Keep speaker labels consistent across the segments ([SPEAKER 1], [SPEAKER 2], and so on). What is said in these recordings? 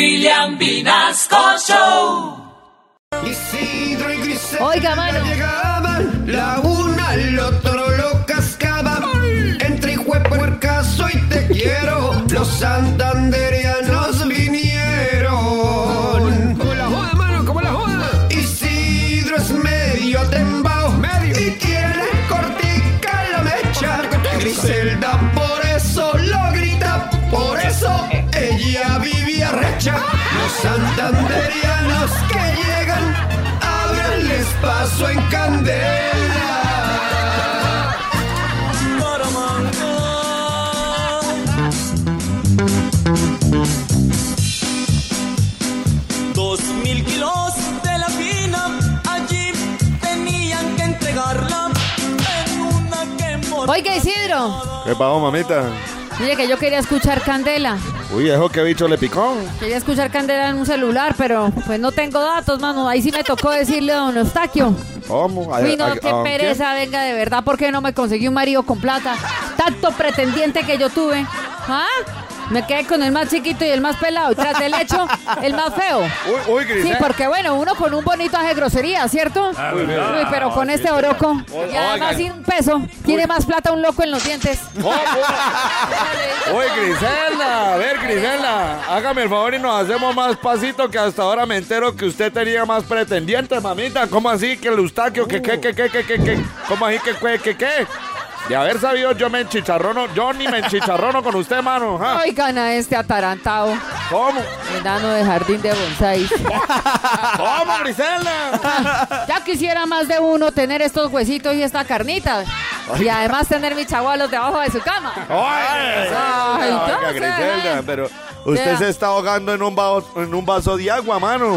[SPEAKER 1] William Vinasco Show.
[SPEAKER 2] Isidro y Grisel
[SPEAKER 3] Oiga, mano.
[SPEAKER 2] llegaban, la una al otro lo cascaban. Entre huepuercaso y te quiero, los santanderianos vinieron. Como la joda, mano, como la joda. Isidro es medio tembao, y tiene cortica la mecha. Griselda por eso lo grita, por eso ella vivía recha. Los santanderianos que llegan, ábranles paso en candela.
[SPEAKER 4] Dos mil kilos de la fina allí tenían que entregarla en una que mor-
[SPEAKER 3] Oiga, Isidro,
[SPEAKER 5] ¿Qué pasó, mamita?
[SPEAKER 3] mire que yo quería escuchar Candela.
[SPEAKER 5] Uy, eso que bicho le picó.
[SPEAKER 3] Quería escuchar Candela en un celular, pero pues no tengo datos, mano. Ahí sí me tocó decirle a don Eustaquio.
[SPEAKER 5] ¿Cómo? ¿A-
[SPEAKER 3] Uy,
[SPEAKER 5] a-
[SPEAKER 3] no, qué
[SPEAKER 5] a-
[SPEAKER 3] pereza, venga, de verdad, ¿por qué no me conseguí un marido con plata? Tanto pretendiente que yo tuve. ¿Ah? Me quedé con el más chiquito y el más pelado. Y tras del hecho, el más feo.
[SPEAKER 5] quién? Uy, ¿eh? uy,
[SPEAKER 3] Sí,
[SPEAKER 5] Grisel.
[SPEAKER 3] porque bueno, uno con un bonito hace grosería, ¿cierto?
[SPEAKER 5] Ah,
[SPEAKER 3] Uy, pero con este oroco. Y además sin peso. Tiene más plata un loco en los dientes.
[SPEAKER 5] Uy, Griselda. A ver, Griselda. Hágame el favor y nos hacemos más pasito que hasta ahora me entero que usted tenía más pretendientes, mamita. ¿Cómo así? Que el Eustaquio, que qué, que qué, que qué, que. ¿Cómo así que qué, que qué? De haber sabido, yo me enchicharrono. Yo ni me enchicharrono con usted, mano. ¿ah?
[SPEAKER 3] Ay, gana este atarantado.
[SPEAKER 5] ¿Cómo?
[SPEAKER 3] Enano de jardín de bonsai.
[SPEAKER 5] ¿Cómo, Griselda?
[SPEAKER 3] Ya quisiera más de uno tener estos huesitos y esta carnita. Y además tener mis chavalos debajo de su cama.
[SPEAKER 5] Ay,
[SPEAKER 3] Ay,
[SPEAKER 5] Oiga,
[SPEAKER 3] entonces,
[SPEAKER 5] Griselda,
[SPEAKER 3] eh.
[SPEAKER 5] pero usted
[SPEAKER 3] Vea.
[SPEAKER 5] se está ahogando en un, vaso, en un vaso de agua, mano.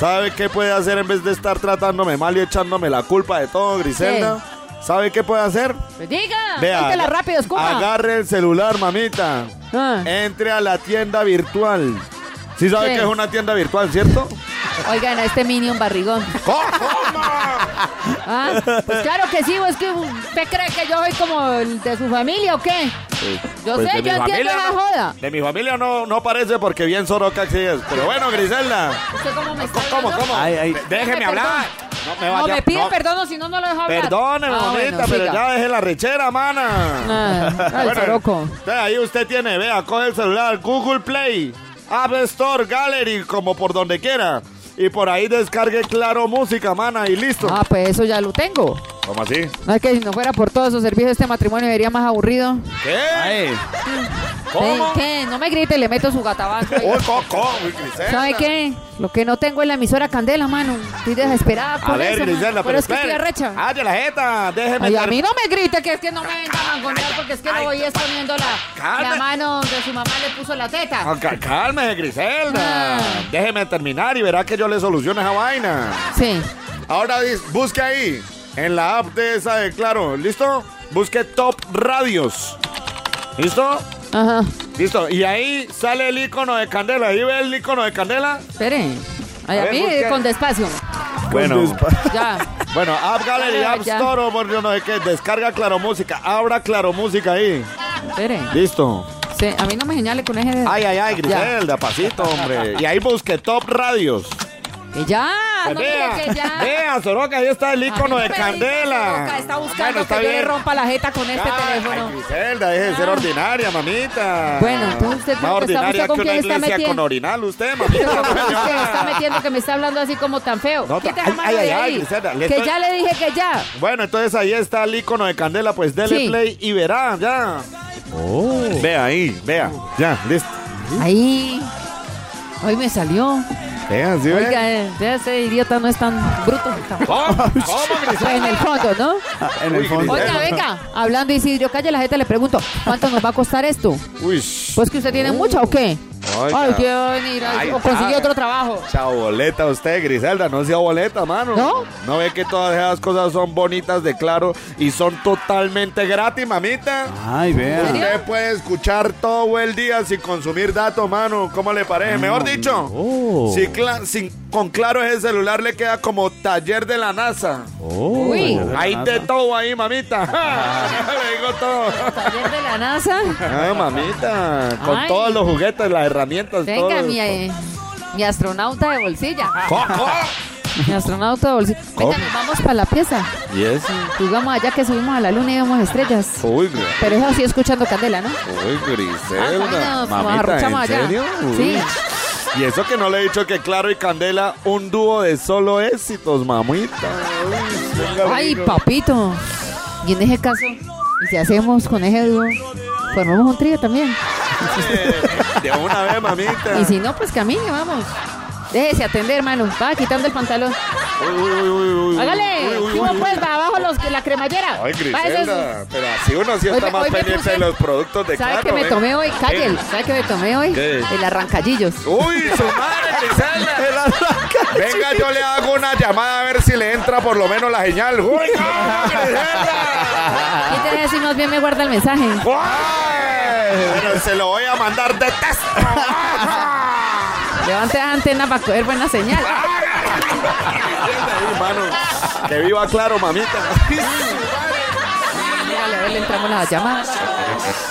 [SPEAKER 5] ¿Sabe qué puede hacer en vez de estar tratándome mal y echándome la culpa de todo, Griselda? ¿Sabe qué puede hacer?
[SPEAKER 3] Pues diga,
[SPEAKER 5] Vea,
[SPEAKER 3] quítela rápido, escupa.
[SPEAKER 5] agarre el celular, mamita.
[SPEAKER 3] Ah.
[SPEAKER 5] Entre a la tienda virtual. Sí sabe
[SPEAKER 3] ¿Qué?
[SPEAKER 5] que es una tienda virtual, ¿cierto?
[SPEAKER 3] Oigan, a este minion barrigón. Ah, Pues claro que sí, es que usted cree que yo soy como el de su familia o qué. Yo
[SPEAKER 5] Pues
[SPEAKER 3] sé, yo
[SPEAKER 5] de mi
[SPEAKER 3] entiendo
[SPEAKER 5] familia,
[SPEAKER 3] la
[SPEAKER 5] ¿no?
[SPEAKER 3] joda.
[SPEAKER 5] De mi familia no, no parece porque bien Soroca sí es. Pero bueno, Griselda.
[SPEAKER 3] ¿Usted cómo me está
[SPEAKER 5] ¿Cómo,
[SPEAKER 3] hablando?
[SPEAKER 5] cómo? Déjeme
[SPEAKER 3] perdón.
[SPEAKER 5] hablar. No me
[SPEAKER 3] No,
[SPEAKER 5] vaya-
[SPEAKER 3] me pide
[SPEAKER 5] no.
[SPEAKER 3] perdón o si no, no lo dejo hablar.
[SPEAKER 5] Perdóneme,
[SPEAKER 3] Ah,
[SPEAKER 5] bonita,
[SPEAKER 3] bueno,
[SPEAKER 5] pero
[SPEAKER 3] siga.
[SPEAKER 5] ya deje la rechera, mana.
[SPEAKER 3] Ah, ay, soroco.
[SPEAKER 5] entonces ahí usted tiene, vea, coge el celular, Google Play, App Store, Gallery, como por donde quiera. Y por ahí descargue Claro Música, mana, y listo.
[SPEAKER 3] Ah, pues eso ya lo tengo.
[SPEAKER 5] ¿Cómo así?
[SPEAKER 3] No es que si no fuera por todos esos servicios este matrimonio sería más aburrido.
[SPEAKER 5] ¿Qué? ¿Cómo?
[SPEAKER 3] Ey, ¿Qué? No me grite, le meto su gatabaco. ahí.
[SPEAKER 5] Uy, co- co- uy, Griselda.
[SPEAKER 3] ¿Sabe qué? Lo que no tengo es la emisora Candela, mano. Estoy desesperada por
[SPEAKER 5] A ver,
[SPEAKER 3] eso, mano.
[SPEAKER 5] Griselda, pero
[SPEAKER 3] es que estoy
[SPEAKER 5] espere. Ah,
[SPEAKER 3] arrecha.
[SPEAKER 5] Halle la jeta, déjeme.
[SPEAKER 3] Ay, a
[SPEAKER 5] ter-
[SPEAKER 3] mí no me grite, que es que no me venga a mangonear, porque es que le voy exponiendo la,
[SPEAKER 5] Calma.
[SPEAKER 3] la mano donde su mamá le puso la teta.
[SPEAKER 5] Ah, cá- Cálmese, Griselda.
[SPEAKER 3] Ah.
[SPEAKER 5] Déjeme terminar y verá que yo le soluciono esa vaina.
[SPEAKER 3] Sí.
[SPEAKER 5] Ahora dis- busque ahí, en la app de esa de Claro, ¿listo? Busque Top Radios. ¿Listo?
[SPEAKER 3] Ajá.
[SPEAKER 5] Listo. Y ahí sale el icono de candela. ¿Ahí ve el icono de candela?
[SPEAKER 3] Espere. Ay,
[SPEAKER 5] A
[SPEAKER 3] a,
[SPEAKER 5] ver,
[SPEAKER 3] mí
[SPEAKER 5] busque.
[SPEAKER 3] con despacio.
[SPEAKER 5] Bueno.
[SPEAKER 3] Ya.
[SPEAKER 5] Bueno, App Gallery,
[SPEAKER 3] Ya,
[SPEAKER 5] App
[SPEAKER 3] ya.
[SPEAKER 5] Store, o por yo no sé qué. Descarga Claro Música. Abra Claro Música ahí.
[SPEAKER 3] Espere.
[SPEAKER 5] Listo.
[SPEAKER 3] Sí, a mí no me señale con ese dedo.
[SPEAKER 5] Ay, ay, ay, Griselda, pasito, hombre. Y ahí busque Top Radios.
[SPEAKER 3] Que ya,
[SPEAKER 5] Pues
[SPEAKER 3] Ah, no
[SPEAKER 5] vea,
[SPEAKER 3] mire que ya.
[SPEAKER 5] vea, Soroka, ahí está el icono
[SPEAKER 3] Ay,
[SPEAKER 5] de
[SPEAKER 3] no me diga,
[SPEAKER 5] candela.
[SPEAKER 3] loca, Está buscando
[SPEAKER 5] Bueno, está
[SPEAKER 3] que yo le
[SPEAKER 5] bien.
[SPEAKER 3] rompa la jeta con este
[SPEAKER 5] Ay,
[SPEAKER 3] teléfono.
[SPEAKER 5] Griselda, deje de ser
[SPEAKER 3] Ah.
[SPEAKER 5] ordinaria, mamita.
[SPEAKER 3] Bueno, entonces usted creo
[SPEAKER 5] Más
[SPEAKER 3] que está-
[SPEAKER 5] ordinaria
[SPEAKER 3] ¿usted con
[SPEAKER 5] que una
[SPEAKER 3] quién está
[SPEAKER 5] iglesia
[SPEAKER 3] metiendo?
[SPEAKER 5] con orinal, usted,
[SPEAKER 3] Pero
[SPEAKER 5] mamita.
[SPEAKER 3] como que
[SPEAKER 5] no, señora.
[SPEAKER 3] usted me está metiendo que me está hablando así como tan feo.
[SPEAKER 5] No,
[SPEAKER 3] Quita
[SPEAKER 5] ay,
[SPEAKER 3] la mano
[SPEAKER 5] ay,
[SPEAKER 3] de
[SPEAKER 5] ay,
[SPEAKER 3] ahí.
[SPEAKER 5] Griselda, le
[SPEAKER 3] que
[SPEAKER 5] estoy-
[SPEAKER 3] ya le dije que ya.
[SPEAKER 5] Bueno, entonces ahí está el icono de candela, pues dele
[SPEAKER 3] Sí.
[SPEAKER 5] play y verá, ya. Vea ahí, vea, ya, listo.
[SPEAKER 3] Ahí. Hoy me salió.
[SPEAKER 5] Vea, ¿sí ve?
[SPEAKER 3] Oiga, eh, vea, ese idiota no es tan bruto. tan-
[SPEAKER 5] ¿Cómo? ¿Cómo, Griselda?
[SPEAKER 3] En el fondo, ¿no?
[SPEAKER 5] En el fondo.
[SPEAKER 3] Oiga, venga, hablando Isidro, calle la gente le pregunto, ¿cuánto nos va a costar esto?
[SPEAKER 5] Uy,
[SPEAKER 3] Pues que usted tiene mucha o qué?
[SPEAKER 5] Oiga.
[SPEAKER 3] Ay, quiero venir, ay,
[SPEAKER 5] Ay,
[SPEAKER 3] o conseguí
[SPEAKER 5] ya.
[SPEAKER 3] otro trabajo.
[SPEAKER 5] chao boleta usted, Griselda, no sea boleta, mano.
[SPEAKER 3] ¿No?
[SPEAKER 5] ¿No ve que todas esas cosas son bonitas de claro y son totalmente gratis, mamita?
[SPEAKER 6] Ay, vea.
[SPEAKER 3] serio?
[SPEAKER 5] Usted puede escuchar todo el día sin consumir datos, mano. ¿Cómo le parece? Mejor dicho, si cla- sin- con claro ese celular le queda como taller de la NASA.
[SPEAKER 3] Uy,
[SPEAKER 5] Hay de todo ahí, mamita. le digo todo.
[SPEAKER 3] taller de la NASA.
[SPEAKER 5] Ah, mamita, con
[SPEAKER 3] Ay.
[SPEAKER 5] todos los juguetes, las herramientas.
[SPEAKER 3] Venga,
[SPEAKER 5] todo.
[SPEAKER 3] mi, eh, mi astronauta de bolsilla.
[SPEAKER 5] ¡Coco!
[SPEAKER 3] Mi astronauta de bolsilla.
[SPEAKER 5] ¿Cómo?
[SPEAKER 3] Venga, nos vamos para la pieza.
[SPEAKER 5] Y eso.
[SPEAKER 3] Jugamos allá que subimos a la luna y vemos estrellas.
[SPEAKER 5] Uy, gr-
[SPEAKER 3] Pero eso sí escuchando candela, ¿no?
[SPEAKER 5] uy,
[SPEAKER 3] Ah,
[SPEAKER 5] Griselda.
[SPEAKER 3] bueno,
[SPEAKER 5] Mamita,
[SPEAKER 3] arruchamos
[SPEAKER 5] ¿en
[SPEAKER 3] allá.
[SPEAKER 5] serio? Uy.
[SPEAKER 3] Sí.
[SPEAKER 5] Y eso que no le he dicho que Claro y Candela, un dúo de solo éxitos, mamita.
[SPEAKER 3] Ay, papito. Y en ese caso, y si hacemos con ese dúo, formamos un trío también.
[SPEAKER 5] Eh, De una vez, mamita.
[SPEAKER 3] Y si no, pues camine, vamos. Déjese atender, hermano. Va quitando el pantalón.
[SPEAKER 5] Uy, uy, uy, uy. Uy,
[SPEAKER 3] Hágale.
[SPEAKER 5] uy,
[SPEAKER 3] Sí,
[SPEAKER 5] uy, uy.
[SPEAKER 3] pues, va abajo los, la cremallera.
[SPEAKER 5] Ay,
[SPEAKER 3] Váyase su-
[SPEAKER 5] Griselda, pero así uno sí
[SPEAKER 3] Hoy
[SPEAKER 5] está
[SPEAKER 3] me-
[SPEAKER 5] más
[SPEAKER 3] hoy me
[SPEAKER 5] pendiente
[SPEAKER 3] puse-
[SPEAKER 5] de los productos de
[SPEAKER 3] ¿Sabe
[SPEAKER 5] Claro.
[SPEAKER 3] qué me
[SPEAKER 5] eh?
[SPEAKER 3] tomé hoy? Cállate. ¿Sabe qué me tomé hoy?
[SPEAKER 5] ¿Qué?
[SPEAKER 3] El arrancadillos.
[SPEAKER 5] Uy, su madre, Griselda. Venga, yo le hago una llamada a ver si le entra por lo menos la señal. ¡Uy, no, Griselda!
[SPEAKER 3] ¿Qué te decir? Más bien me guarda el mensaje.
[SPEAKER 5] Ay, Pero se lo voy a mandar de test.
[SPEAKER 3] Levante la antena para coger buena señal.
[SPEAKER 5] Ah. que viva claro, mamita.
[SPEAKER 3] Mira, a ver, le entramos las llamadas.